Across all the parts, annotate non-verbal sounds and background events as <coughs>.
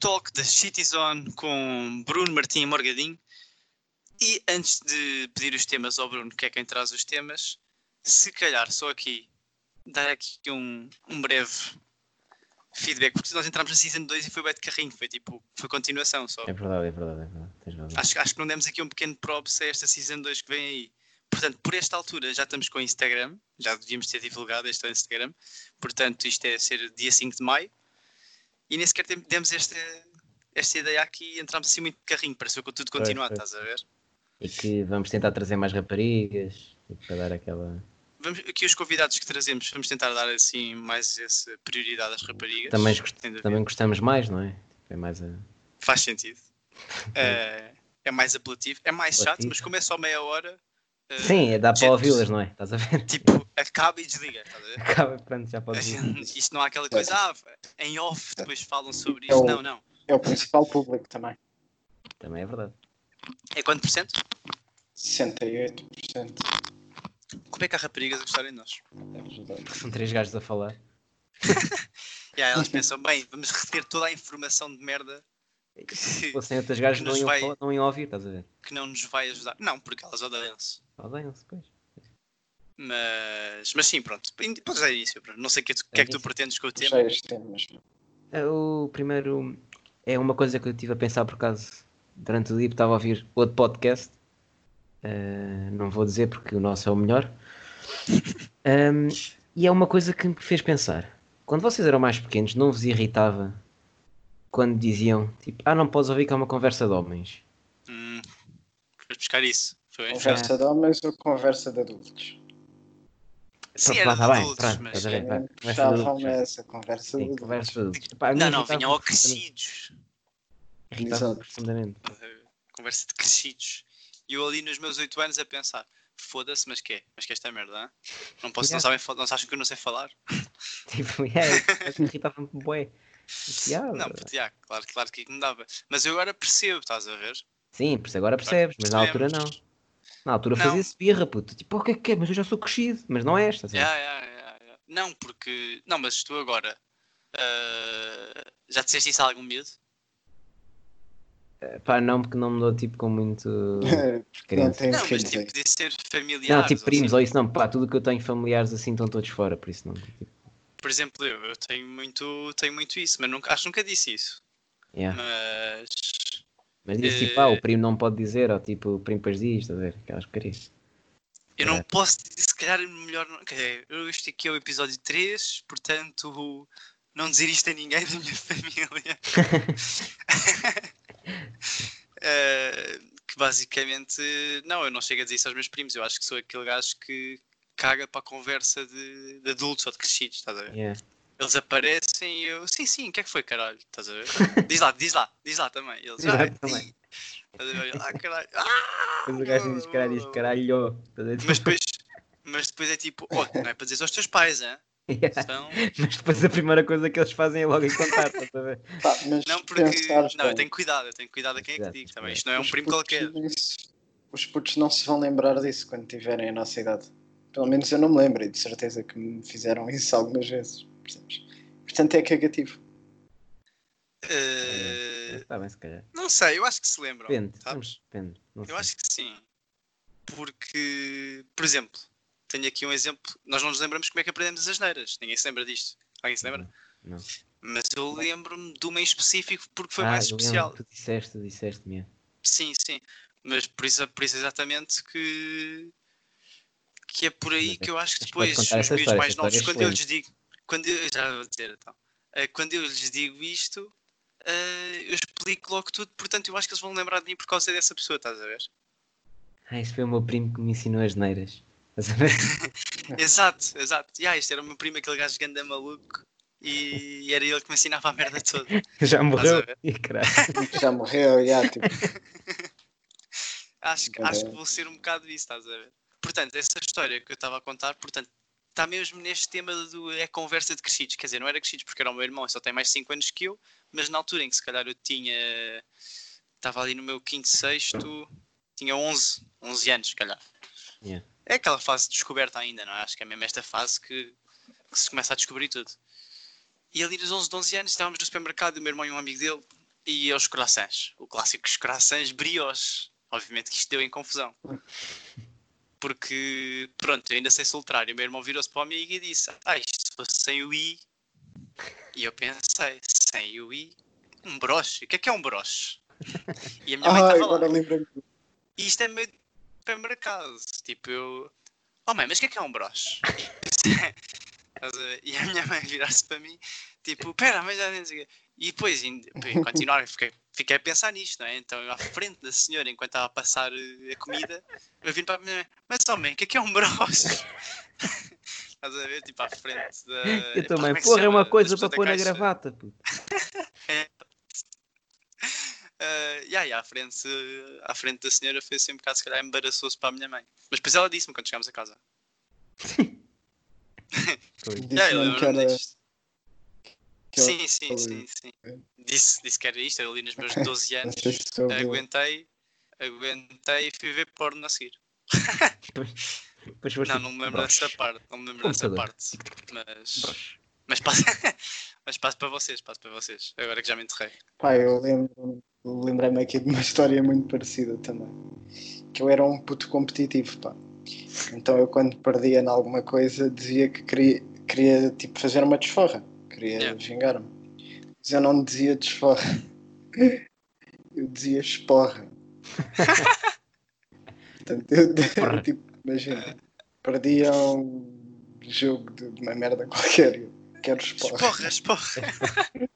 Talk da City Zone com Bruno Martim Morgadinho. E antes de pedir os temas ao Bruno, que é quem traz os temas, se calhar só aqui dar aqui um, um breve feedback, porque nós entramos na Season 2 e foi o Beto Carrinho, foi tipo, foi continuação só. É verdade, é verdade, é verdade. Tens razão. Acho, acho que não demos aqui um pequeno props a esta Season 2 que vem aí. Portanto, por esta altura já estamos com o Instagram, já devíamos ter divulgado este Instagram, portanto isto é ser dia 5 de maio. E nem sequer tem- demos esta, esta ideia aqui e entramos assim muito de carrinho, pareceu que tudo continuado, pois. estás a ver? E É que vamos tentar trazer mais raparigas e para dar aquela. Vamos, aqui os convidados que trazemos, vamos tentar dar assim mais essa prioridade às raparigas. Também, gost- Tem de haver. também gostamos mais, não é? Tipo, É mais a. Faz sentido. Eh, é mais apelativo, é mais chato, Apelativo. mas como é só meia hora, eh, Sim, é dá para gente, ouvi-las, não é? Estás a ver? <laughs> tipo, acaba e desliga, estás a ver? Acaba, pronto, já <laughs> podes ir. Isto não há aquela coisa, ah, em off depois falam sobre É isto. o- Não, não. É o principal público também. Também é verdade. É quanto por cento? 68%. Como é que há raparigas a gostarem de nós? É verdade. São três gajos a falar. E aí elas pensam, bem, vamos reter toda a informação de merda Se que, fossem outros gajos, não Nos iam, vai- falar, não iam ouvir, estás a ver? que não nos vai ajudar. Não, porque elas odeiam-se. Odeiam-se, pois. Mas, mas sim, pronto. In- Podes dar início, Bruno. Não sei o que, é tu- o que é que tu pretendes com o tema. Já este temas. É, O primeiro é uma coisa que eu estive a pensar por acaso durante o dia, porque estava a ouvir outro podcast. Eh, não vou dizer porque o nosso é o melhor. Ahm, e é uma coisa que me fez pensar. Quando vocês eram mais pequenos, não vos irritava quando diziam tipo, ah, não podes ouvir que é uma conversa de homens. Hum, Vamos buscar isso. Foi. Conversa de homens ou conversa de adultos? Sim, Pronto, era lá de está bem, adultos, pronto, mas estás a ver. Bem, É, vai, conversa de Eu Gostava adultos. dessa conversa de Sim, adultos. conversa de adultos. Pá, a mim Não, não, irritava vinham ao profundamente. crescidos. Irritava Exato. profundamente. <laughs> eh, Conversa de crescidos. E eu ali nos meus 8 anos a pensar: foda-se, mas que é? Mas que esta merda, hã? não posso, não, Yeah. sabem, fa- não acham que eu não sei falar? Tipo, yeah, irritava-me bué. Tipo, "Ah, Yeah, Não, porque, yeah, claro, claro que me dava. Mas eu agora percebo, estás a ver? Sim, por isso agora percebes, mas na altura não. Na altura Não. fazia-se birra, puto. Tipo, o que é que é? Mas eu já sou crescido. Mas não é assim, és, estás a ver? Yeah, yeah, yeah, yeah. Não, porque. Não, mas tu agora. ah, já disseste isso a algum medo? Pá, não, porque não me dou tipo com muito. <laughs> Não criança. tem Não, mas filhos tipo, aí. podia ser familiar. um é. Não, tipo primos ou isso não. Pá, tudo o que eu tenho familiares assim estão todos fora, por isso não. Tipo, Por exemplo, eu, eu tenho, muito, tenho muito isso, mas nunca, acho que nunca disse isso. yeah. Mas. Mas diz eh, tipo, ah, o primo não pode dizer, ou tipo, o primo depois diz, estás a ver? Aquelas porcarias. Eu não É. posso dizer, se calhar é melhor. não- Quer dizer, eu- este aqui é o episódio 3, portanto, não dizer isto a ninguém <laughs> da minha família. <laughs> Eh, que basicamente, não, eu não chego a dizer isso aos meus primos. Eu acho que sou aquele gajo que caga para a conversa de, de adultos ou de crescidos, estás a ver? Yeah. Eles aparecem e eu, sim, sim, o que é que foi, caralho? Estás a <laughs> ver? Diz lá, diz lá, diz lá também. Eles, Diz lá "Ah, também." ih." Estás a ver? Ah, caralho. Ah! Mas o gajo diz caralho, diz caralho. Estás a ver? Mas depois, mas depois é tipo, ó, não é para dizer aos teus pais, <laughs> hein? <laughs> Yeah. Então, Mas depois a primeira coisa que eles fazem é logo ir contar, estás a ver? Pá, mas não porque. pensares Não, eu bem, tenho cuidado, eu tenho cuidado a quem é que Exato, digo também. exato. Isto não é um os primo putos qualquer. disso- os putos não se vão lembrar disso quando tiverem a nossa idade. Pelo menos eu não me lembro e de certeza que me fizeram isso algumas vezes. percebes? Portanto é cagativo. Eh, Está tá bem, se calhar. não sei, eu acho que se lembram. Depende, sabes? depende. Não Eu sei. acho que sim. Porque, por exemplo, tenho aqui um exemplo. Nós não nos lembramos como é que aprendemos as neiras. Ninguém se lembra disto. Alguém se Uhum. lembra? Não. Mas eu lembro-me de uma em específico porque foi Ah, mais eu lembro que especial. Tu disseste, tu disseste, minha. Sim, sim. Mas por isso, por isso exatamente que, que é por aí Mas que eu acho que mas pode depois os contar meus essa história, mais essa novos, história é quando eu lhes digo, quando eu, já vou dizer então, Eh, quando eu lhes digo isto, eh, eu explico logo tudo, portanto eu acho que eles vão lembrar de mim por causa dessa pessoa, estás a ver? Ah, esse foi o meu primo que me ensinou as neiras. Estás a ver? <laughs> Exato, exato. E ah, isto era o meu primo, aquele gajo ganda maluco, e era ele que me ensinava a merda toda. Já morreu. ver? <laughs> Ih, caralho. Já morreu, e há, <laughs> tipo, Acho, que- acho que vou ser um bocado isso, estás a ver? Portanto, essa história que eu estava a contar, portanto, está mesmo neste tema do é conversa de crescidos. Quer dizer, não era crescidos porque era o meu irmão, ele só tem mais 5 anos que eu, mas na altura em que se calhar eu tinha. Estava ali no meu quinto, sexto, tinha 11, 11 anos, se calhar. Yeah. É aquela fase de descoberta ainda, não é? Acho que é mesmo esta fase que, que se começa a descobrir tudo. E ali nos 11, 12 anos estávamos no supermercado, o meu irmão e um amigo dele, e aos croissants. O clássico dos croissants brioche. Obviamente que isto deu em confusão. Porque, pronto, eu ainda sei soltar. E o meu irmão virou-se para o amigo e disse: Ah, isto se fosse sem o i. E eu pensei: Sem o i? Um broche? O que é que é um broche? E a minha mãe Ah, estava agora lá. lembrei-me. E isto é meio de supermercado. Tipo, eu. Oh mãe, mas o que é que é um broche? <laughs> Estás a ver? e a minha mãe virar-se para mim, tipo, pera, mas já nem sei o quê." E depois, em- em continuar, eu fiquei, fiquei a pensar nisto, não é? Então, eu à frente da senhora, enquanto estava a passar eh, a comida, eu vim para a minha mãe, mas oh mãe, o que é que é um broche? <laughs> Estás a ver? Tipo, à frente da. Eu Pá, como também, que se porra, é chama? uma Das coisa para pessoas da pôr na caixa. gravata, puto. Ah, yeah, yeah, à, frente, à frente da senhora foi assim um bocado, se calhar, embaraçou-se para a minha mãe. Mas depois ela disse-me quando chegámos a casa. Pois. Yeah, É, eu Disse-me que lembro-me era- disto. que eu- sim, sim, eu- sim, sim. Disse, disse que era isto, eu ali nos <laughs> meus 12 Não anos. sei se soube. aguentei, aguentei e fui ver porno a seguir. Depois foste Não, não me lembro broche. dessa parte. Não me lembro dessa Computador. parte. Mas, Broche. mas, passo, <laughs> mas passo para vocês, passo para vocês. Agora que já me enterrei. Pá, eu lembro, lembrei-me aqui de uma <laughs> história muito parecida também. Que eu era um puto competitivo, pá. Então eu quando perdia em alguma coisa dizia que queria, queria tipo, fazer uma desforra. Queria Yeah. vingar-me. Mas eu não dizia desforra. <laughs> Eu dizia esporra. Portanto, eu, <laughs> Esporra. tipo, imagina, perdia um jogo de de uma merda qualquer. Eu quero Esporra, esporra. esporra. E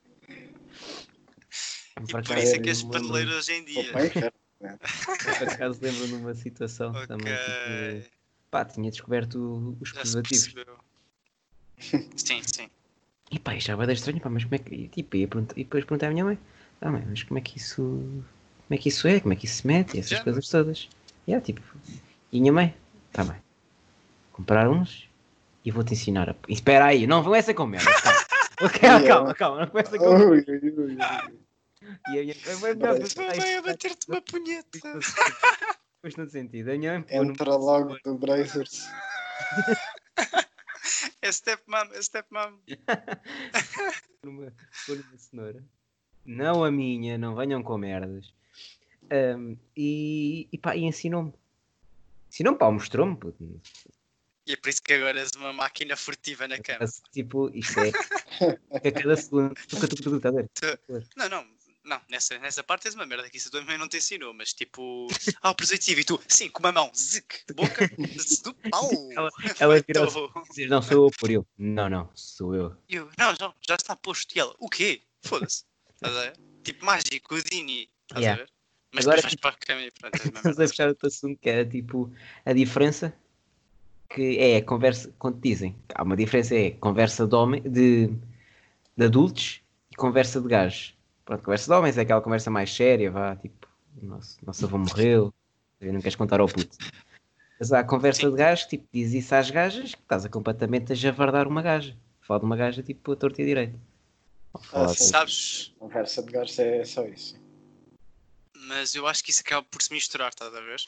Por por acaso isso é que eu és me lembro- paneleiro hoje em dia. Opa, é. inferno. <laughs> <laughs> Por acaso lembro me de uma situação também. tipo, Ok. Pá, tinha descoberto o- os Já se preservativos. percebeu. Sim, <laughs> sim. E pá, isto já vai dar estranho, pá, mas como é que. E, tipo, ia perguntar- e depois perguntei à minha mãe: Ah, mãe, mas como é que isso. Como é que isso é? Como é que isso se mete? E essas Já. coisas todas. E é tipo. E minha mãe: Tá bem. Comprar uns e vou-te ensinar a. E espera aí, não começa com merda. Calma, Ok, Yeah. calma, calma, não começa com. Ui, ui, ui, ui. E a minha mãe vai Parece- Vai a bater-te uma punheta. Faz todo sentido. A minha mãe pegou num- Entra logo do Brazers. É stepmom, é stepmom. numa, por uma cenoura. Não a minha, não venham com merdas. Ahm, e, e pá, e ensinou-me. Ensinou-me, pá, mostrou-me. puto. E é por isso que agora és uma máquina furtiva na cama. Mas, Tipo, isto é. é cada segundo. Tuca, tuca, tuca, tá a ver? Não, não, não, nessa, nessa parte tens uma merda que isso a tua mãe não te ensinou, mas tipo, <laughs> ah, o preservativo e tu, sim, com uma mão, zic, boca, zzz, do pau. <laughs> Ela, ela virou-se Oh, Então, e disse: Não, sou eu por eu. Não, não, sou eu. eu, não, não, já está posto. E ela, o quê? Foda-se. Estás a ver? Tipo mágico, o Dini. Estás Yeah. a ver? Mas Agora- depois vais para a cama e pronto, és <laughs> uma Estamos a merda. fechar é outro assunto que era tipo a diferença que é a conversa, quando te dizem, há uma diferença é conversa de, homem, de, de adultos e conversa de gajos. Pronto, conversa de homens é aquela conversa mais séria, vá, tipo, nosso, nosso avô morreu, eu não queres contar ao puto. Mas há a conversa de gajos que tipo, diz isso às gajas que estás a completamente a javardar uma gaja. Fala de uma gaja tipo a torta e a direito. Ou falar Ah, sim. de- Sabes? Conversa de garça é só isso. Mas eu acho que isso acaba por se misturar, estás a ver?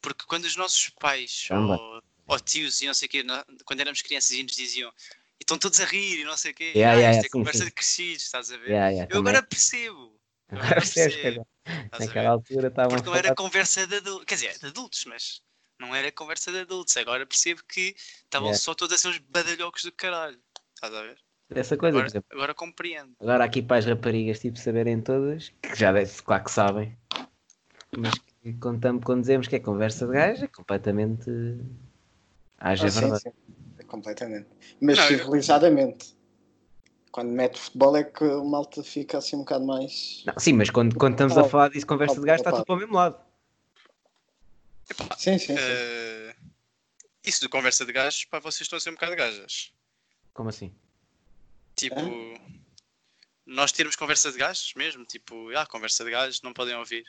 Porque quando os nossos pais Caramba. ou, ou tios e não sei o quê, na- quando éramos crianças e nos diziam e estão todos a rir e não sei o quê, Yeah, ah, yeah, isto yeah, é sim, conversa sim. de crescidos, estás a ver? Yeah, yeah, Eu também. agora percebo. Eu <laughs> Agora percebes que agora- estás a ver? naquela altura estavam a Porque não era falar. conversa de adultos, quer dizer, de adultos, mas não era conversa de adultos. Agora percebo que estavam Yeah. só todos a ser uns badalhocos do caralho. Estás a ver? Essa coisa, por Agora, exemplo. agora compreendo. Agora aqui para as raparigas tipo saberem todas, que já deve, claro que sabem, mas que contamos, quando dizemos que é conversa de gajo, é completamente haja Ah, sim, é verdade. sim. Completamente. Mas Não, eu- civilizadamente. Quando mete futebol é que o malta fica assim um bocado mais. Não, sim, mas quando, quando estamos a Oh, falar disso, conversa de gajo, está opa. tudo para o mesmo lado. Sim, sim, sim. Eh, isso de conversa de gajos, para vocês estão a ser um bocado gajas. Como assim? Tipo, É? nós termos conversa de gajos mesmo, tipo, ah, conversa de gajos, não podem ouvir.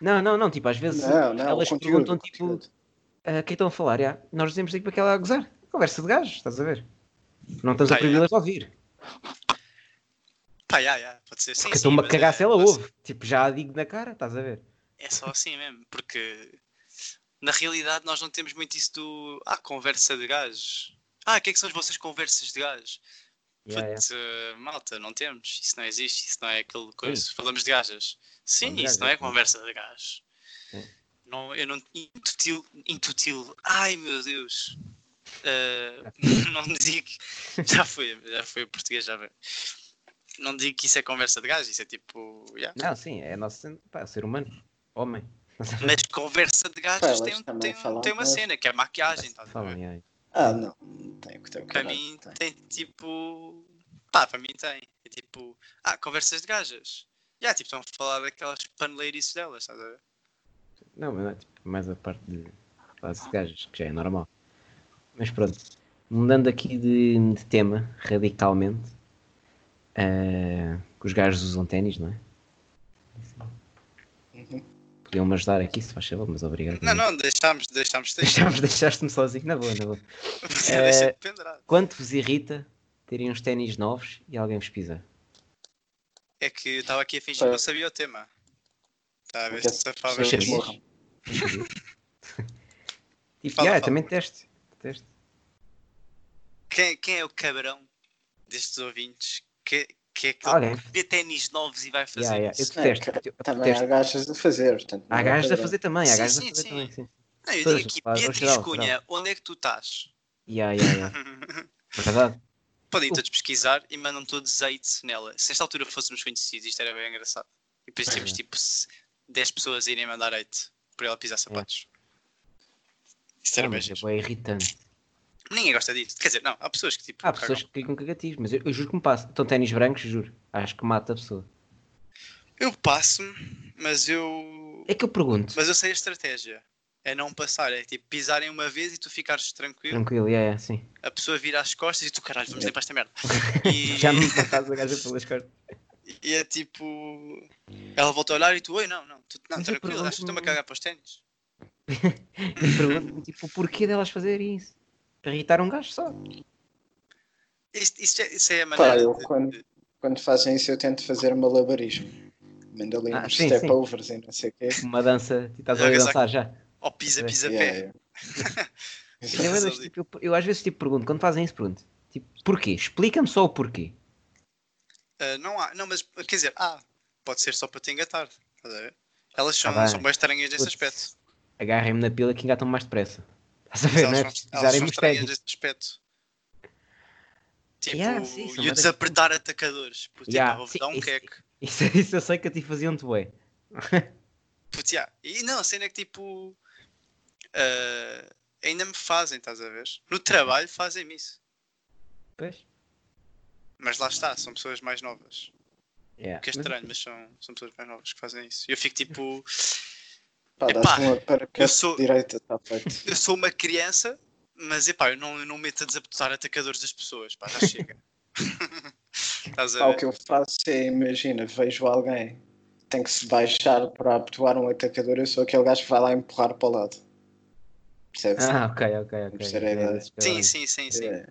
Não, não, não, tipo, às vezes não, não, elas o conteúdo. perguntam o tipo, conteúdo. "Ah, quem estão a falar? Já, nós dizemos tipo aquela a gozar. Conversa de gajo, estás a ver? Não estamos a Ah, é. proibi-las de ouvir. Pá, já, já, pode ser sim. Porque eu sim, estou-me a mas cagar é- se ela mas ouve. Tipo, já a digo na cara, estás a ver? É só assim mesmo, porque na realidade nós não temos muito isso do. Ah, conversa de gajos. Ah, o que é que são as vossas conversas de gajos? Yeah, yeah. Puto, malta, não temos. Isso não existe. Isso não é aquilo coisa. Sim. Falamos de gajas. Sim, Falamos de isso gajas, não é não. conversa de gajos. Sim. Não, eu não. Intutil. Intutil. Ai meu Deus. <laughs> Ah, não digo. Já foi, já foi o português, já veio. Não digo que isso é conversa de gajos. Isso é tipo. <laughs> yeah. Não, sim, é nosso pá, ser humano. Homem. Mas conversa de Elas gajos tem, um, também tem, falam tem uma delas. cena que é maquiagem. Tá a ver? Falam, yeah. Ah, não, não tem que ter o Para caralho, mim tá. tem. tem tipo. Pá, para mim tem. É tipo. Ah, conversas de gajas. Já, yeah, tipo, estão a falar daquelas paneleirices delas, estás a ver? Não, mas não é tipo, mais a parte de quase de gajos, que já é normal. Mas pronto, mudando aqui de, de tema radicalmente, eh, que os gajos usam ténis, não é? Uhum. Podiam-me ajudar aqui, se faz favor, mas obrigado. <laughs> Não, não, deixámos, deixámos de deixar. Deixaste- Deixaste-me sozinho, na boa, na boa. Deixa É. de pendurado. Quanto vos irrita terem uns ténis novos e alguém vos pisa? É que eu estava aqui a fingir que não sabia o tema. Está a ver se safava. Pessoas Sabias? morram. <laughs> Tipo, Fala, ah, eu fala. também teste. teste. Quem, quem é o cabrão destes ouvintes que, que é aquele Alguém. que vê ténis novos e vai fazer Ah. Yeah, yeah, Eu isso? detesto. É, eu Também há detesto. gajas a fazer. Portanto, não Há é gajos a verdade. fazer também, há Sim, gajos a sim, fazer sim. também, sim. Não, eu Todas, digo aqui, claro, no Beatriz geral, Cunha, geral. onde é que tu estás? Yeah, yeah, yeah. <laughs> Verdade. Podem todos pesquisar e mandam todos hate nela. Se nesta altura fôssemos conhecidos, isto era bem engraçado. E depois Uhum. tínhamos tipo se- 10 pessoas a irem mandar hate por ela pisar sapatos. Isto era Não, bem mas é giro. bué irritante. Ninguém gosta disso. Quer dizer, não, há pessoas que tipo. Há pessoas cagam. que ficam cagativos, mas eu, eu juro que me passo. Estão ténis brancos, juro. Acho que mata a pessoa. Eu passo, mas eu. É que eu pergunto. Mas eu sei a estratégia. É não passar, é tipo pisarem uma vez e tu ficares tranquilo, Tranquilo, é, é, sim. a pessoa vira as costas e tu caralho, vamos limpar esta <laughs> merda. E, Já me passaste a gaja pelas costas. e é tipo. Ela volta a olhar e tu, oi, não, não, tu, não Mas eu tranquilo, acho que estou-me a pergunto-me- cagar para os ténis. Eu pergunto, tipo, o porquê delas fazerem isso? Para irritar um gajo só. Isto, isto é, isso é a Pá, maneira. eu de- quando, quando fazem isso eu tento fazer malabarismo. Mando ali Ah, uns sim, step sim. overs e não sei o quê. Uma dança, tipo, estás a Jogas dançar já. Ou Oh, pisa, pisa é, pé. Yeah, yeah. <laughs> Não, mas, ali. tipo, eu, eu às vezes tipo, pergunto, quando fazem isso, pergunto, tipo, porquê? Explica-me só o porquê. Ah, não há, não, mas quer dizer, ah, pode ser só para te engatar. estás a ver? Elas são, Tá bem. são bem estranhas nesse Putz, aspecto. Agarrem-me na pila que engatam mais depressa. Estás a Mas ver, <laughs> elas não é? são, elas Precisarem são dos estranhas ténis. nesse aspecto. Tipo, Yeah, sim, são e o várias- desapertar atacadores. Puta, Yeah, vou sim, dar um isso- é- queque. Isso, isso eu um sei que a ti faziam-te bué. Putz, yeah. E não, a cena é que tipo. ah, ainda me fazem, estás a ver? No trabalho fazem-me isso. Pois? Mas lá está, são pessoas mais novas. Yeah. O que é estranho, mas são, são pessoas mais novas que fazem isso. E Eu fico tipo, Pá, um Epá, dás uma para eu sou- direita, está tá feito. <laughs> eu sou uma criança, mas epá, eu não, eu não me meto a desabotar atacadores das pessoas, pá, <laughs> já chega. <laughs> Estás Ah, Pá, a o ver? que eu faço é, imagina, vejo alguém, tem que se baixar para atuar um atacador, eu sou aquele gajo que vai lá empurrar para o lado. Percebes? Ah, ok, ok, é ok. Terceira idade. Sim, sim, sim, sim. É,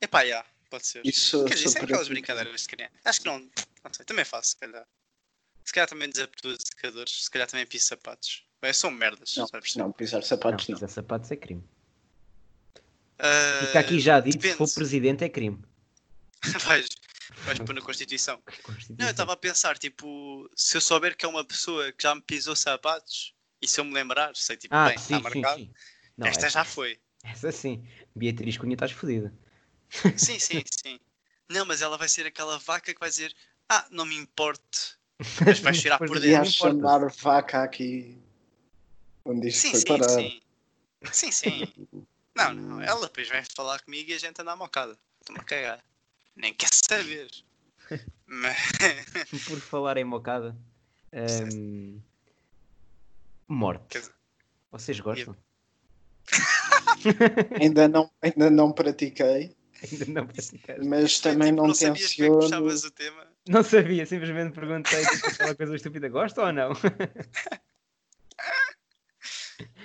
Epá, já, pode ser. isso sou, Quer dizer, sou isso é por tipo aquelas aqui. brincadeiras de criança. Acho que não, não sei, também faço, se calhar. Se calhar também desaboto atacadores, se calhar também piso sapatos. Bem, são merdas, Não, sabes? não, pisar Não, sapatos não. pisar sapatos é crime. Ah, Fica aqui já dito, se depende. for presidente é crime. <laughs> vais, vais pôr na Constituição. é Não, eu estava a pensar, tipo, se eu souber que é uma pessoa que já me pisou sapatos e se eu me lembrar, sei, tipo, Ah, bem, sim, está sim, marcado, sim. Não, é esta essa, já foi. essa sim. Beatriz Cunha estás fodida. <laughs> Sim, sim, sim. Não, mas ela vai ser aquela vaca que vai dizer, ah, não me importe. Mas vais tirar <laughs> Depois por do dentro. E a não importa. chamar vaca aqui onde isto Sim, foi sim, parado. sim. Sim, sim. Não, não, ela depois vem falar comigo e a gente anda à mocada. Estou-me a cagar. Nem quer saber. Mas, Por falar em mocada. hum, morte. Quer dizer- Vocês gostam? Ainda, não, ainda não pratiquei, <laughs> Ainda não praticaste. mas também tipo, não, não sabias como é que tenciono. puxavas o tema. Não sabia, simplesmente perguntei tipo, aquela coisa estúpida. Gosta ou não?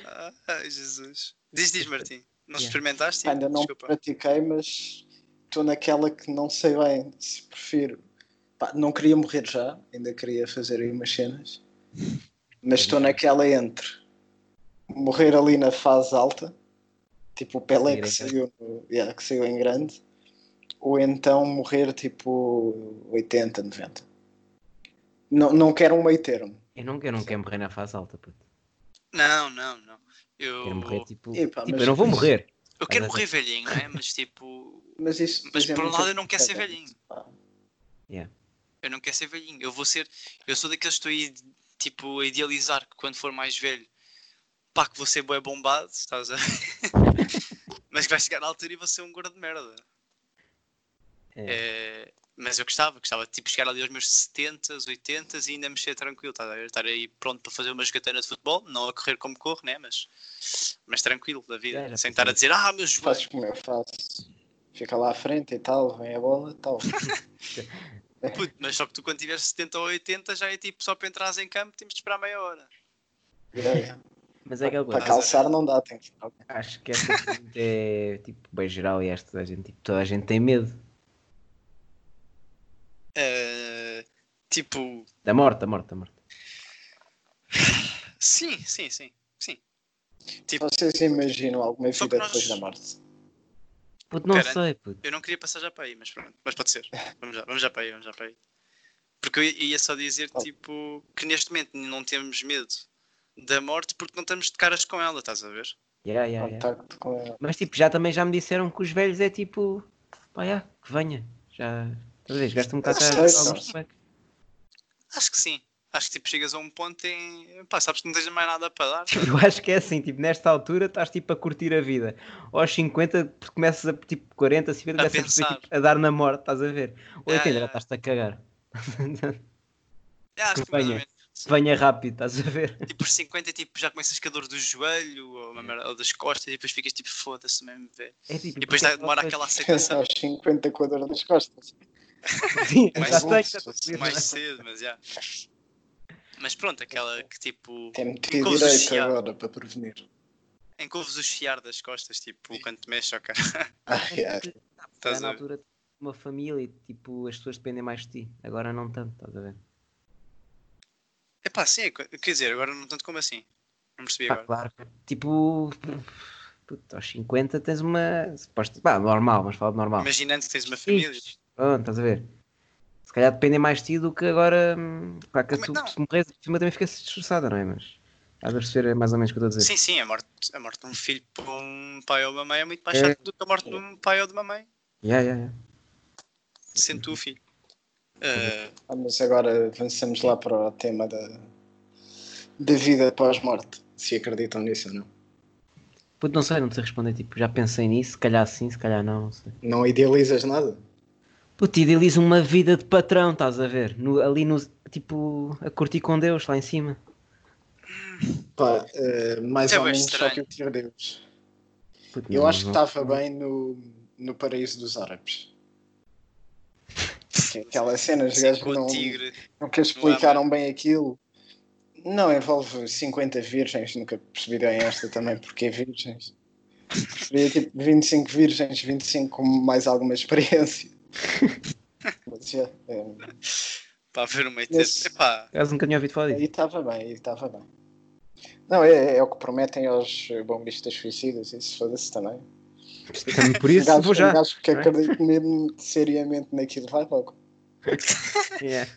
Ah, Ai, Jesus. Diz, diz, Martim. Não Yeah. experimentaste? Ainda não Desculpa. pratiquei, mas estou naquela que não sei bem se prefiro. Pá, não queria morrer já, ainda queria fazer aí umas cenas. Mas estou naquela entre morrer ali na fase alta, tipo o Pelé Sair que em saiu, no- yeah, que saiu em grande, ou então morrer tipo 80, 90. Não, não quero um meio termo. Eu não, eu não quero morrer na fase alta, puto. Não, não, não. Eu, Quero morrer tipo. Oh. Epá, tipo, mas- eu não vou morrer. eu quero Mas- morrer velhinho, não é? Mas tipo. Mas, isso, Mas, por um lado, é eu não quero ser muito- velhinho. Pá, Eu não quero ser velhinho. Eu vou ser. Eu sou daqueles que estou aí, tipo, a idealizar que quando for mais velho, pá, que vou ser bué bombado, estás a ver? <laughs> Mas que vai chegar na altura e vou ser um gordo de merda. É. É, mas eu gostava, gostava de tipo, chegar ali aos meus 70, 80 e ainda mexer tranquilo, estás a ver? Estar aí pronto para fazer uma jogatana de futebol, não a correr como corro, né? Mas, mas tranquilo da vida, Era, sem estar a dizer, ah, meus joelhos. Fazes como eu faço. Fica lá à frente e tal, vem a bola e <laughs> tal. Puto, mas só que tu quando tiveres 70 ou 80 já é tipo, só para entrares em campo temos de esperar meia hora. É, Mas é aquela Para coisa. calçar não dá, tem que ficar. Acho que esta pergunta é tipo bem geral e esta da gente, tipo, toda a gente tem medo. Eh, tipo, Da morte, da morte, da morte. sim, sim, sim, sim. Vocês imaginam alguma Tipo, Só que vida nós- depois da morte? Puto, não Pera. sei, puto. Eu não queria passar já para aí, mas pronto, mas pode ser. Vamos já, vamos já para aí, vamos já para aí. Porque eu ia só dizer, Oh. tipo, que neste momento não temos medo da morte porque não estamos de caras com ela, estás a ver? Yeah, yeah, yeah. Contacto com ela. Mas tipo, já também já me disseram que os velhos é tipo, pá, yeah, que venha. Já, talvez, gasta um bocado Ah, já- sei, alguns tobacos. Acho que sim. Acho que tipo, chegas a um ponto em. Pá, sabes que não tens mais nada para dar. Eu acho que é assim, <laughs> tipo, nesta altura estás tipo a curtir a vida. Ou aos 50, porque começas a tipo 40, 50, A começas a, perceber, pensar. tipo, a dar na morte, estás a ver? Ou Yeah, 80, já yeah. estás-te a cagar. <laughs> É, acho que Que venha. mais ou menos. Venha rápido, estás a ver? <laughs> Tipo, por 50 tipo, já começas com a dor do joelho ou, uma merda- ou das costas e depois ficas tipo, foda-se mesmo, velho. É tipo, E depois porque é dá- que demora vocês- aquela aceitação Pensa aos 50 com a dor nas costas. <laughs> Sim, mais já cedo, sei, já sei. mais cedo, mas já. Mas pronto, aquela que tipo. Tem metido Ficou direito associado. agora para prevenir. em que ouves o chiar das costas, tipo, quando te mexes ao cara. Ah, é. Porque, tá, se Estás calhar na a ver? altura uma família e tipo as pessoas dependem mais de ti. Agora não tanto, estás a ver? É pá, sim, qu- quer dizer, agora não tanto como assim. Não percebi Pá, agora. claro. Tipo, puto, aos 50 tens uma. suposta- Pá, normal, mas falo de normal. Imaginando que tens uma família. Sim, Pronto, estás a ver? Se calhar dependem mais de ti do que agora. hum, Claro que Mas tu, não. se morres, a também fica destroçada, não é? Mas estás a perceber é mais ou menos o que eu estou a dizer. Sim, sim, a morte, a morte de um filho por um pai ou uma mãe é muito mais É. chata do que a morte de um pai ou de uma mãe, Yeah, yeah, yeah. sendo tu o filho. Ah, Ah, mas agora avançamos lá para o tema da, da vida pós-morte. Se acreditam nisso ou não. Puto, não sei, não sei responder. Tipo, já pensei nisso, se calhar sim, se calhar não, não sei. Não idealizas nada? Puto, idealiza uma vida de patrão, estás a ver? No- ali no. Tipo, a curtir com Deus lá em cima. Pá, eh, mais É ou bem menos estranho. só que eu tive Deus. Puto, Eu não- acho que tá- não- estava bem no, no paraíso dos árabes. Que é Aquela cena, os assim, gajos com o não, tigre. nunca explicaram bem aquilo. Não, envolve 50 virgens, nunca percebi bem esta também, porque é virgens. Seria tipo 25 virgens, 25 com mais alguma experiência. Mas, já, é, Para ver uma Esse- É pá, Caso nunca tinha ouvido falar Aí <laughs> disso. estava bem, aí estava bem. Não, é, é o que prometem aos bombistas suicidas, isso foda-se também. Também Um por isso vou já. Acho que não é? acredito mesmo seriamente naquilo, vai logo. <laughs> Yeah.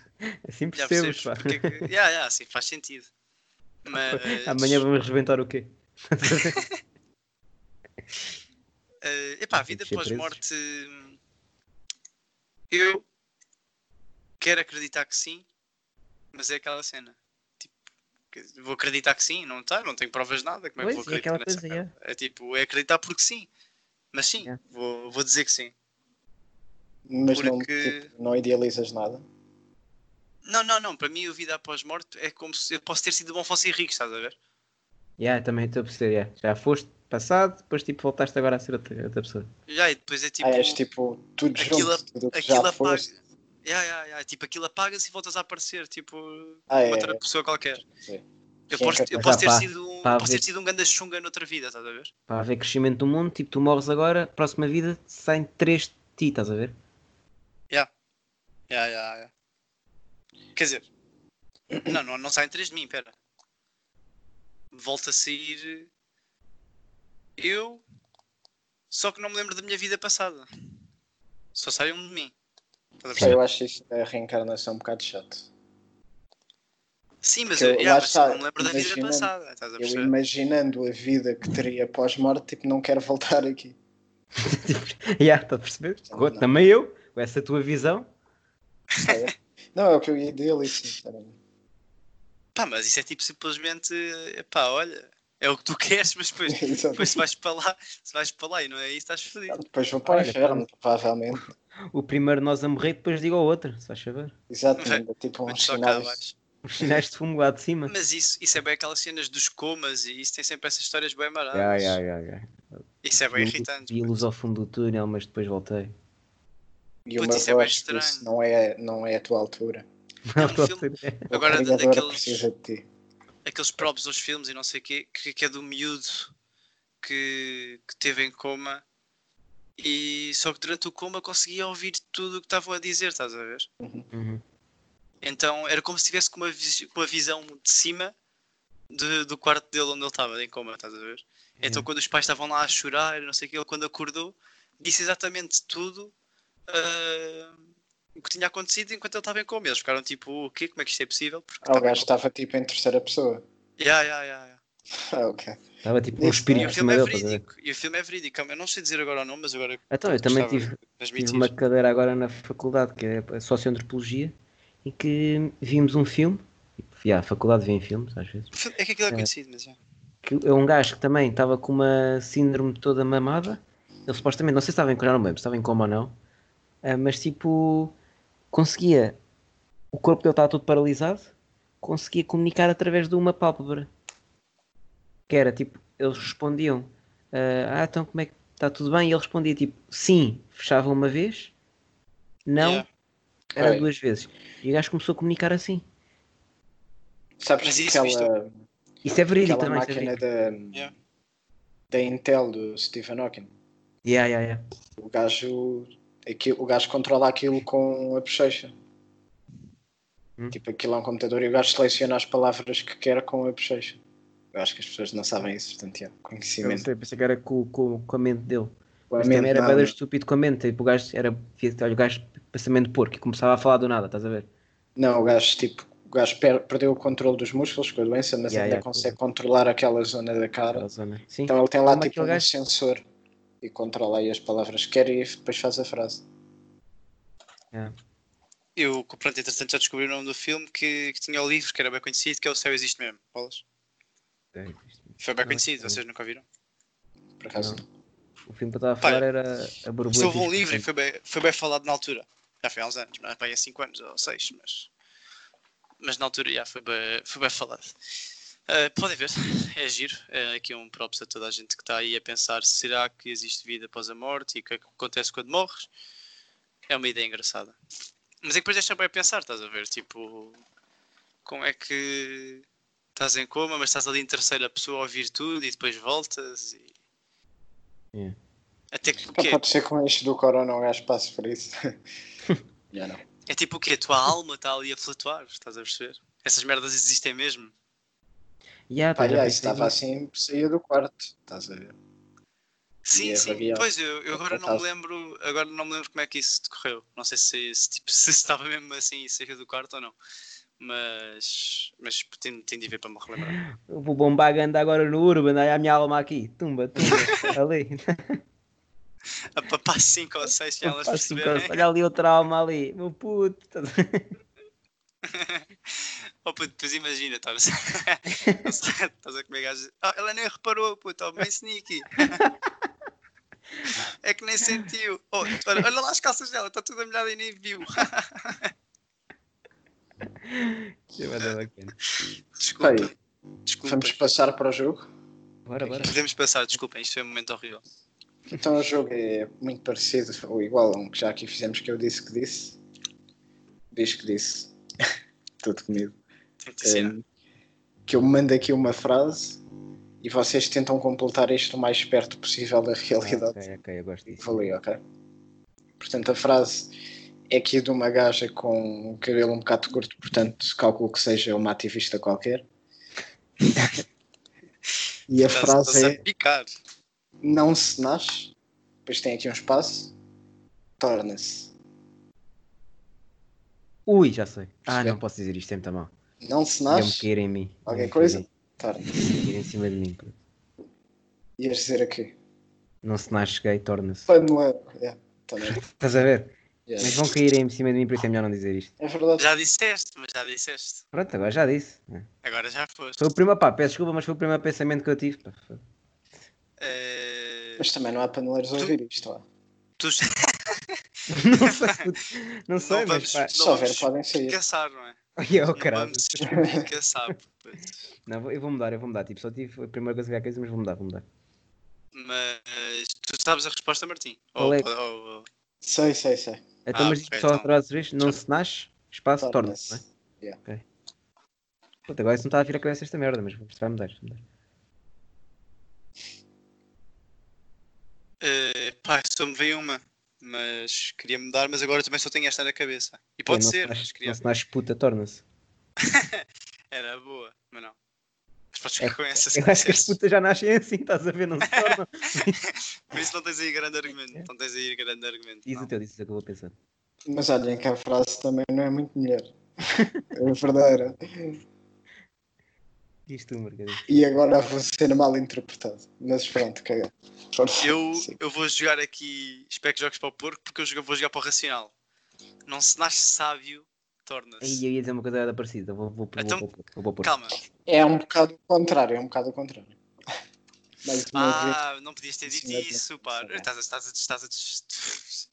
Assim já percebes percebes, pá. porque é que. Ya, ya, sim, faz sentido. <laughs> Mas. Amanhã vamos reventar o quê? Eh, epá, a Tem vida que ser presos. pós-morte. hum, Eu quero acreditar que sim, mas é aquela cena. Tipo, que- vou acreditar que sim, não está, não tenho provas de nada. Como é que vou Pois, é acreditar aquela nessa coisa, merda? É tipo, é acreditar porque sim. Mas sim, Yeah. vou, vou dizer que sim. Mas não, Porque- tipo, não idealizas nada. Não, não, não. Para mim, a vida após-morte é como se eu posso ter sido bom fosse rico, estás a ver? Yeah, também estou a perceber, yeah. já foste passado, depois tipo voltaste agora a ser outra, outra pessoa. Já, e depois é tipo. ah, és tipo tudo aquilo- é- junto, tudo o que aquilo já apaga. foste. Ya, ya, ya, Tipo, aquilo apaga-se e voltas a aparecer, tipo, Ah, é, outra é. pessoa qualquer. Sim. Eu Sim, posso, eu capaz. posso Ah, ter pá, sido um, pá, posso ter vê- sido um ganda chunga noutra vida, estás a ver? Para haver crescimento do mundo, tipo tu morres agora, próxima vida saem três de ti, estás a ver? <laughs> Ya, ya, ya. Quer dizer, <coughs> não, não, não saem três de mim, pera. Volta a sair eu, só que não me lembro da minha vida passada. Só sai um de mim. Estás a Pá, perceber? eu acho isso da reencarnação um bocado chato. Sim, mas Porque eu, lá yeah, mas eu está, não me lembro da vida imaginando- passada. Estás a Eu perceber? imaginando a vida que teria pós-morte, tipo, não quero voltar aqui. yeah, estás a perceber? Não. Também eu, com essa tua visão. Pá, é- Não, é o que eu ia dele, sinceramente. <laughs> Pá, mas isso é tipo simplesmente, pá, olha, é o que tu <laughs> queres, mas depois, <laughs> Exato. depois se vais para lá, se vais para lá e não é isso, estás Tá fodido. Depois vou para o Olha, inferno, provavelmente. O primeiro nós a morrer, depois digo ao outro, se vais saber. Exato, Vai- ainda tipo Mas uns só cá sinais. abaixo. Os sinais de fumo lá de cima. Mas isso, isso é bem aquelas cenas dos comas e isso tem sempre essas histórias bem maradas. Yeah, yeah, yeah, yeah. Isso é bem Vi- irritante. Vi luz ao fundo do túnel, mas <laughs> depois voltei. E uma Putz, isso é bem voz que estranho. disse, não é, não é a tua altura. um filme- O Agora, da- Criador daqueles- precisa de ti. Aqueles props dos filmes e não sei o quê, que, que é do miúdo que, que teve em coma e só que durante o coma conseguia ouvir tudo o que estavam a dizer, estás a ver? Uhum. Então era como se estivesse com uma, vis- com uma visão de cima de- do quarto dele onde ele estava, em coma, estás a ver? Então quando os pais estavam lá a chorar, não sei o que, ele quando acordou disse exatamente tudo ah, o que tinha acontecido enquanto ele estava em coma. Eles ficaram tipo, o quê? Como é que isto é possível? Porque Ah, o estava em gajo estava tipo em terceira pessoa. coma. Yeah, yeah, yeah, yeah. Ah, ok. Estava tipo um E Isso, espírito o por filme cima é dele. estás a ver? verídico. E o filme é verídico. Eu não sei dizer agora o nome, mas agora Então, eu também gostava tive, de transmitir. tive uma cadeira agora na faculdade, que é a Socioantropologia, em que vimos um filme. Yeah, a faculdade vê em filmes, às vezes. <laughs> É que aquilo é conhecido, mas é. que é um gajo que também estava com uma síndrome toda mamada. Ele supostamente, não sei se estava em coma, não me lembro se estava em coma ou não, ah, mas tipo, conseguia, o corpo dele estava todo paralisado, conseguia comunicar através de uma pálpebra. Que era tipo, eles respondiam, ah, ah, então como é que está tudo bem? E ele respondia tipo, sim, fechava uma vez, não, Yeah. era Oi. duas vezes. E o gajo começou a comunicar assim. Sabes Mas que isso, aquela, Isso é verídico aquela também, isso é máquina verídico. da, Yeah. da Intel do Stephen Hawking? Yeah, yeah, yeah. O gajo, aqui, o gajo controla aquilo com a bochecha. Hum. Tipo, aquilo é um computador e o gajo seleciona as palavras que quer com a bochecha. Eu acho que as pessoas não sabem isso, portanto, é Eu não conhecimento. sei, pensei que era com, com, com a mente dele. A Mas mente também era não, bem mas- estúpido com a mente. Tipo, o gajo era. Olha, o gajo pensamento porco e começava a falar do nada, estás a ver? Não, o gajo, tipo, o gajo per- perdeu o controle dos músculos com a doença, mas Yeah, ainda yeah, consegue controlar aquela zona da cara. Aquela zona. Sim. Então ele tem lá, Como tipo, aquele um gajo- sensor e controla aí as palavras que quer e depois faz a frase. Eu, pronto, entretanto já descobri o nome do filme que, que tinha o livro, que era bem conhecido, que é O Céu Existe Mesmo. Bolas. Foi bem Não, conhecido, não. vocês nunca viram? Por acaso, Não. o filme que eu estava a Pá, falar era a borboleta. Se houve um livro e Escorpião. foi bem, foi bem falado na altura. Já foi há uns anos, mas bem há 5 anos ou 6, mas. Mas na altura já foi bem, foi bem falado. Ah, podem ver, é giro. É aqui um props a toda a gente que está aí a pensar: será que existe vida após a morte e o que é que acontece quando morres? É uma ideia engraçada. Mas é que depois deixa bem a pensar, estás a ver? Tipo, como é que estás em coma, mas estás ali em terceira pessoa a ouvir tudo e depois voltas e. Yeah. Até que é? o Pá, quê? pode ser com este do corona um gajo passe <laughs> por isso. Já não. É tipo o quê? A tua alma está ali a flutuar, estás a perceber? Essas merdas existem mesmo. Yeah, Pá, pá, tá, já já, isso pensei estava nisso. assim, saía do quarto. Estás a ver? Sim, é sim. variável. Pois eu, eu agora não me Fantástico. lembro, agora não me lembro como é que isso decorreu. Não sei se, se, tipo, <laughs> se estava mesmo assim e saiu do quarto ou não. Mas, mas tenho, tenho de ver para me relembrar. Eu vou bombar anda agora no Urban, aí a minha alma aqui. <laughs> Tumba, tumba. ali. A papá 5 ou 6 elas né? Faz assim, perceberem. Olha ali outra alma ali. Meu puto. estás a ver? Oh puto, depois imagina, estás <laughs> estás a comer gajos. Oh, ela nem reparou, puto, oh, bem <laughs> sneaky. É que nem sentiu. Oh, olha, olha lá as calças dela, está tudo molhada e nem viu. Isso vai dar é bacana. Desculpa. Bem, Desculpa. Vamos passar para o jogo. Bora, bora. Podemos passar, desculpem, isto foi um momento horrível. Então o jogo é muito parecido ou igual a um que já aqui fizemos que eu disse que disse. Diz que disse. <laughs> Tudo comigo. Tenho que te ensinar. Um, que eu mando aqui uma frase e vocês tentam completar isto o mais perto possível da Ah, realidade. ok, ok, eu gosto disso. Vou ler, ok? Portanto, a frase é aqui de uma gaja com o cabelo um bocado curto, portanto, calculo que seja uma ativista qualquer. e a Está-se- frase está-se é a picar. não se nasce. Depois tem aqui um espaço. torna-se. Ui, já sei. Ah, não posso dizer isto, é muito mal. Não se Iam-me nasce, cair em mim. Qualquer Iam-me coisa? cair torna-se. em- cair em cima de mim. puto. Ias dizer aqui. Não se nasce gay, torna-se. Paneleiro. Yeah, torna-se. Estás a ver? Yeah. Mas vão cair em cima de mim, por isso é melhor não dizer isto. É verdade. Já disseste, mas já disseste. Pronto, agora já disse. Agora já foste. Foi o primeiro, pá, peço desculpa, mas foi o primeiro pensamento que eu tive. pá. <laughs> Eh, Mas também não há paneleiros a ouvir isto. Lá. tu Não sei, puto. não sei, não vamos, mas pá. Se não houver, vamos podem sair. caçar, não é? Ai, oh, Não <laughs> caralho. vamos caçar. puto. Não, vou- eu vou mudar, eu vou mudar. Tipo, só tive a primeira coisa que há que dizer, mas vou mudar, vou mudar. Mas tu sabes a resposta, Martim? Qual Ou- é? ou- ou- Sei, sei, sei. Então, Ah, mas ok, diz-me só então. outra vez, não se nasce, espaço, torna-se. não é? Torna-se. Yeah. Puta, agora isso não está a vir a cabeça esta merda, mas isto vai mudar. isto vai mudar. Eh, pá, só me veio uma, mas queria mudar, mas agora também só tenho esta na cabeça. E pode não ser, Se mas nasce, queria. não se nasce <laughs> puta, torna-se. Era boa, mas não. Mas podes ficar com essa se Eu acho É que <laughs> as quiseres. putas já nascem assim, estás a ver? Não se tornam. Por isso não tens aí grande argumento. Não tens aí grande argumento. Diz não. o teu, diz o teu que eu vou pensar. Mas olhem que a frase também não é muito melhor. É verdadeira. Diz tu, Margarida. E agora vou ser mal interpretado. Mas pronto, caga. Por favor, Eu, sim. eu vou jogar aqui Spec Jogos para o Porco porque eu jogo- vou jogar para o Racional. Não se nasce sábio, Ei, torna-se. eu ia dizer uma coisa era parecida, vou, vou, vou, Então, vou, vou, vou, pôr. Calma. É um bocado o contrário, é um bocado o contrário. Mais uma vez. Ah, não podias ter dito Sim, é bem. isso, pá. Sim, é. Estás a. Estás a. Estás a. Estás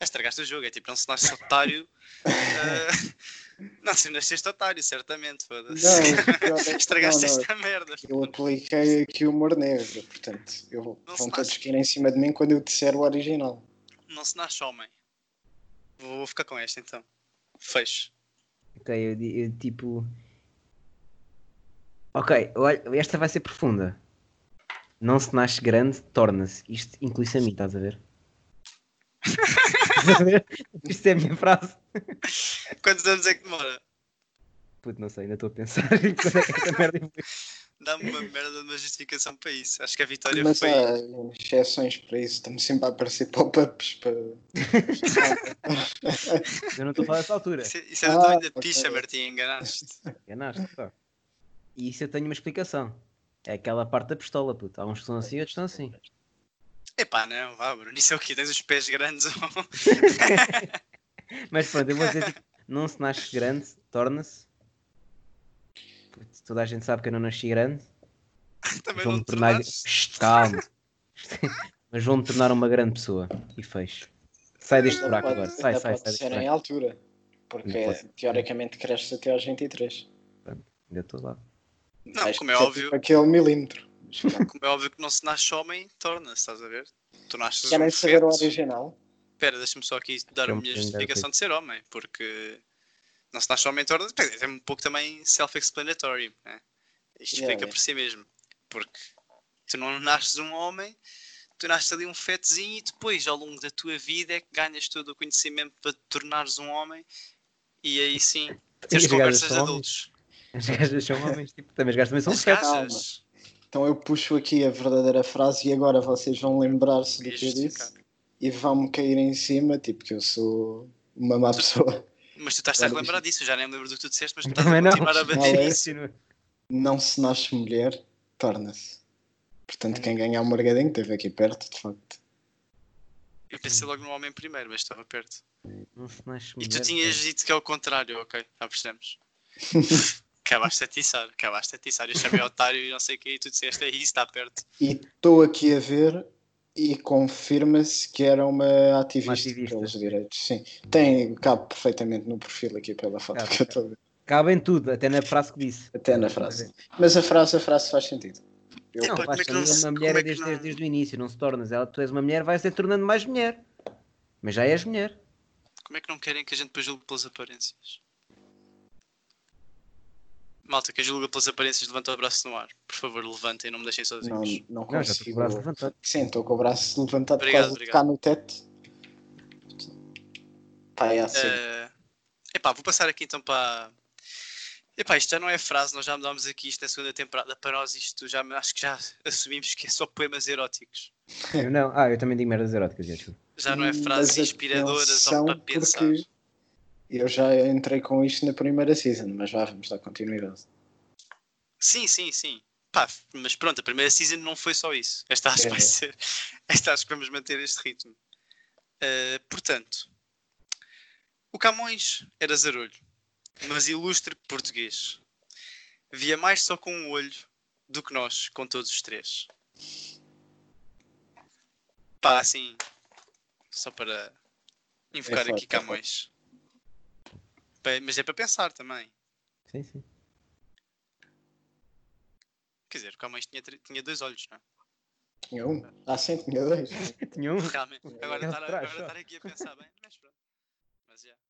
a <laughs> estragaste o jogo. É tipo, não se nasce <laughs> otário. ah, <laughs> não, se nasceste otário, certamente. <laughs> Foda-se. Não, pior é que- Estragaste não, não, esta merda. Eu apliquei aqui o humor negro, portanto. Eu, Não vão se todos nasce. cair em cima de mim quando eu disser o original. Não se nasce homem. Vou, vou ficar com esta então. Fecho. Ok, eu, di- eu tipo. Ok, olha, esta vai ser profunda. Não se nasce grande, torna-se. Isto inclui-se a mim, estás a ver? Estás a ver? Isto é a minha frase. Quantos anos é que demora? Puto, não sei, ainda estou a pensar. em quando é que esta merda evolui. Dá-me uma merda de uma justificação para isso. Acho que a vitória Mas ah, foi. há exceções para isso. Estamos sempre a aparecer <laughs> pop-ups para. Eu não estou a falar dessa altura. É Isso, é- isso era Ah, também da ok. picha, Martim, enganaste. Enganaste, só. E isso eu tenho uma explicação. É aquela parte da pistola, puto. Há uns que estão assim, outros estão assim. Epá, não, vá, Bruno. Isso é o quê? Tens os pés grandes <laughs> ou. Mas pronto, eu vou dizer <laughs> tipo, não se nasce grande, torna-se. Putz, Toda a gente sabe que eu não nasci grande. Também Vou-me não te tornar. tornaste. Shh, Calma. <laughs> Mas vou-me tornar uma grande pessoa. E fecho. Sai deste Ainda buraco pode- agora. Sai, ainda sai, pode sai deste ser em buraco. altura. Porque Não pode. teoricamente cresce até aos 23. é. Ainda estou lá. Não, Vais como é crescer óbvio. tipo Aquele milímetro. Mas pronto. Como é óbvio que não se nasce homem, torna-se, estás a ver? Tu nasces Querem um saber o feto. original? Espera, deixa-me só aqui dar a Vamos minha tentar justificação de ser homem, porque não se nasce homem torna quer dizer, É um pouco também self-explanatory. Né? Isto explica Yeah, yeah. por si mesmo. Porque tu não nasces um homem, tu nasces ali um fetozinho e depois, ao longo da tua vida, é que ganhas todo o conhecimento para te tornares um homem e aí sim teres as gajas conversas de são homens? adultos. As gajas são homens, tipo, também as gajas também são As fetos. gajas. Então eu puxo aqui a verdadeira frase e agora vocês vão lembrar-se do Ia que eu disse justificar. e vão-me cair em cima, tipo que eu sou uma má pessoa. Mas tu estás a Agora relembrar disso, eu já nem me lembro do que tu disseste, mas tu estás a Também não. continuar a bater Não é? nisso. Não se nasce mulher, torna-se. Hum. Portanto, quem ganhar o Margadinho esteve aqui perto, de facto. Eu pensei logo no homem primeiro, mas estava perto. Não se nasce né? E mulher. tu tinhas dito que é o contrário, ok, já percebemos. é acabaste de atiçar, acabaste de atiçar. Eu chamei é otário e não sei o que, e tu disseste é isso, está perto. E estou aqui a ver e confirma-se que era uma ativista, Uma ativista. pelos direitos. Sim, tem cabe perfeitamente no perfil aqui pela foto Cabe, que eu estou a ver. Cabe em tudo, até na frase que disse. Até na frase. Mas a frase, a frase faz sentido. Eu- Não, Epá, vais como é que não tornar se- uma como mulher é que desde, não- desde, o início, não se tornas. Ela, tu és uma mulher, vais ser tornando mais mulher. Mas já és mulher. Como é que não querem que a gente depois julgue pelas aparências? Malta, quem julga pelas aparências, levanta o braço no ar. Por favor, levantem, não me deixem Não, sozinhos. não Não, já estou com o consigo. braço levantado. Sim, estou com o braço levantado por Obrigado, causa de tocar no teto. Pá, é assim. Eh, epá, vou passar aqui então para. Epá, isto já não é frase, nós já mudámos aqui isto é a segunda temporada para nós, isto já acho que já assumimos que é só poemas eróticos. Eu não. Ah, eu também digo merdas eróticas, já desculpa. Já não é Mas frase a inspiradora só tensão, para pensar. porque Eu já entrei com isto na primeira season, mas vá, vamos dar continuidade. Sim, sim, sim. Pá, mas pronto, a primeira season não foi só isso. Esta acho que vai É. ser. <laughs> Esta acho que vamos manter este ritmo. Uh, portanto, o Camões era zarolho, mas ilustre português. Via mais só com um olho do que nós, com todos os três. Pá, assim, só para invocar forte, aqui é forte. Camões. Bem, mas é para pensar também. Sim, sim. Quer dizer, o Camões tinha, tre- tinha dois olhos, não é? Tinha um? Ah, sim, tinha dois. Tinha um. Realmente. Agora É estar, atrás, agora só. estar aqui a pensar bem, mas pronto. Mas já.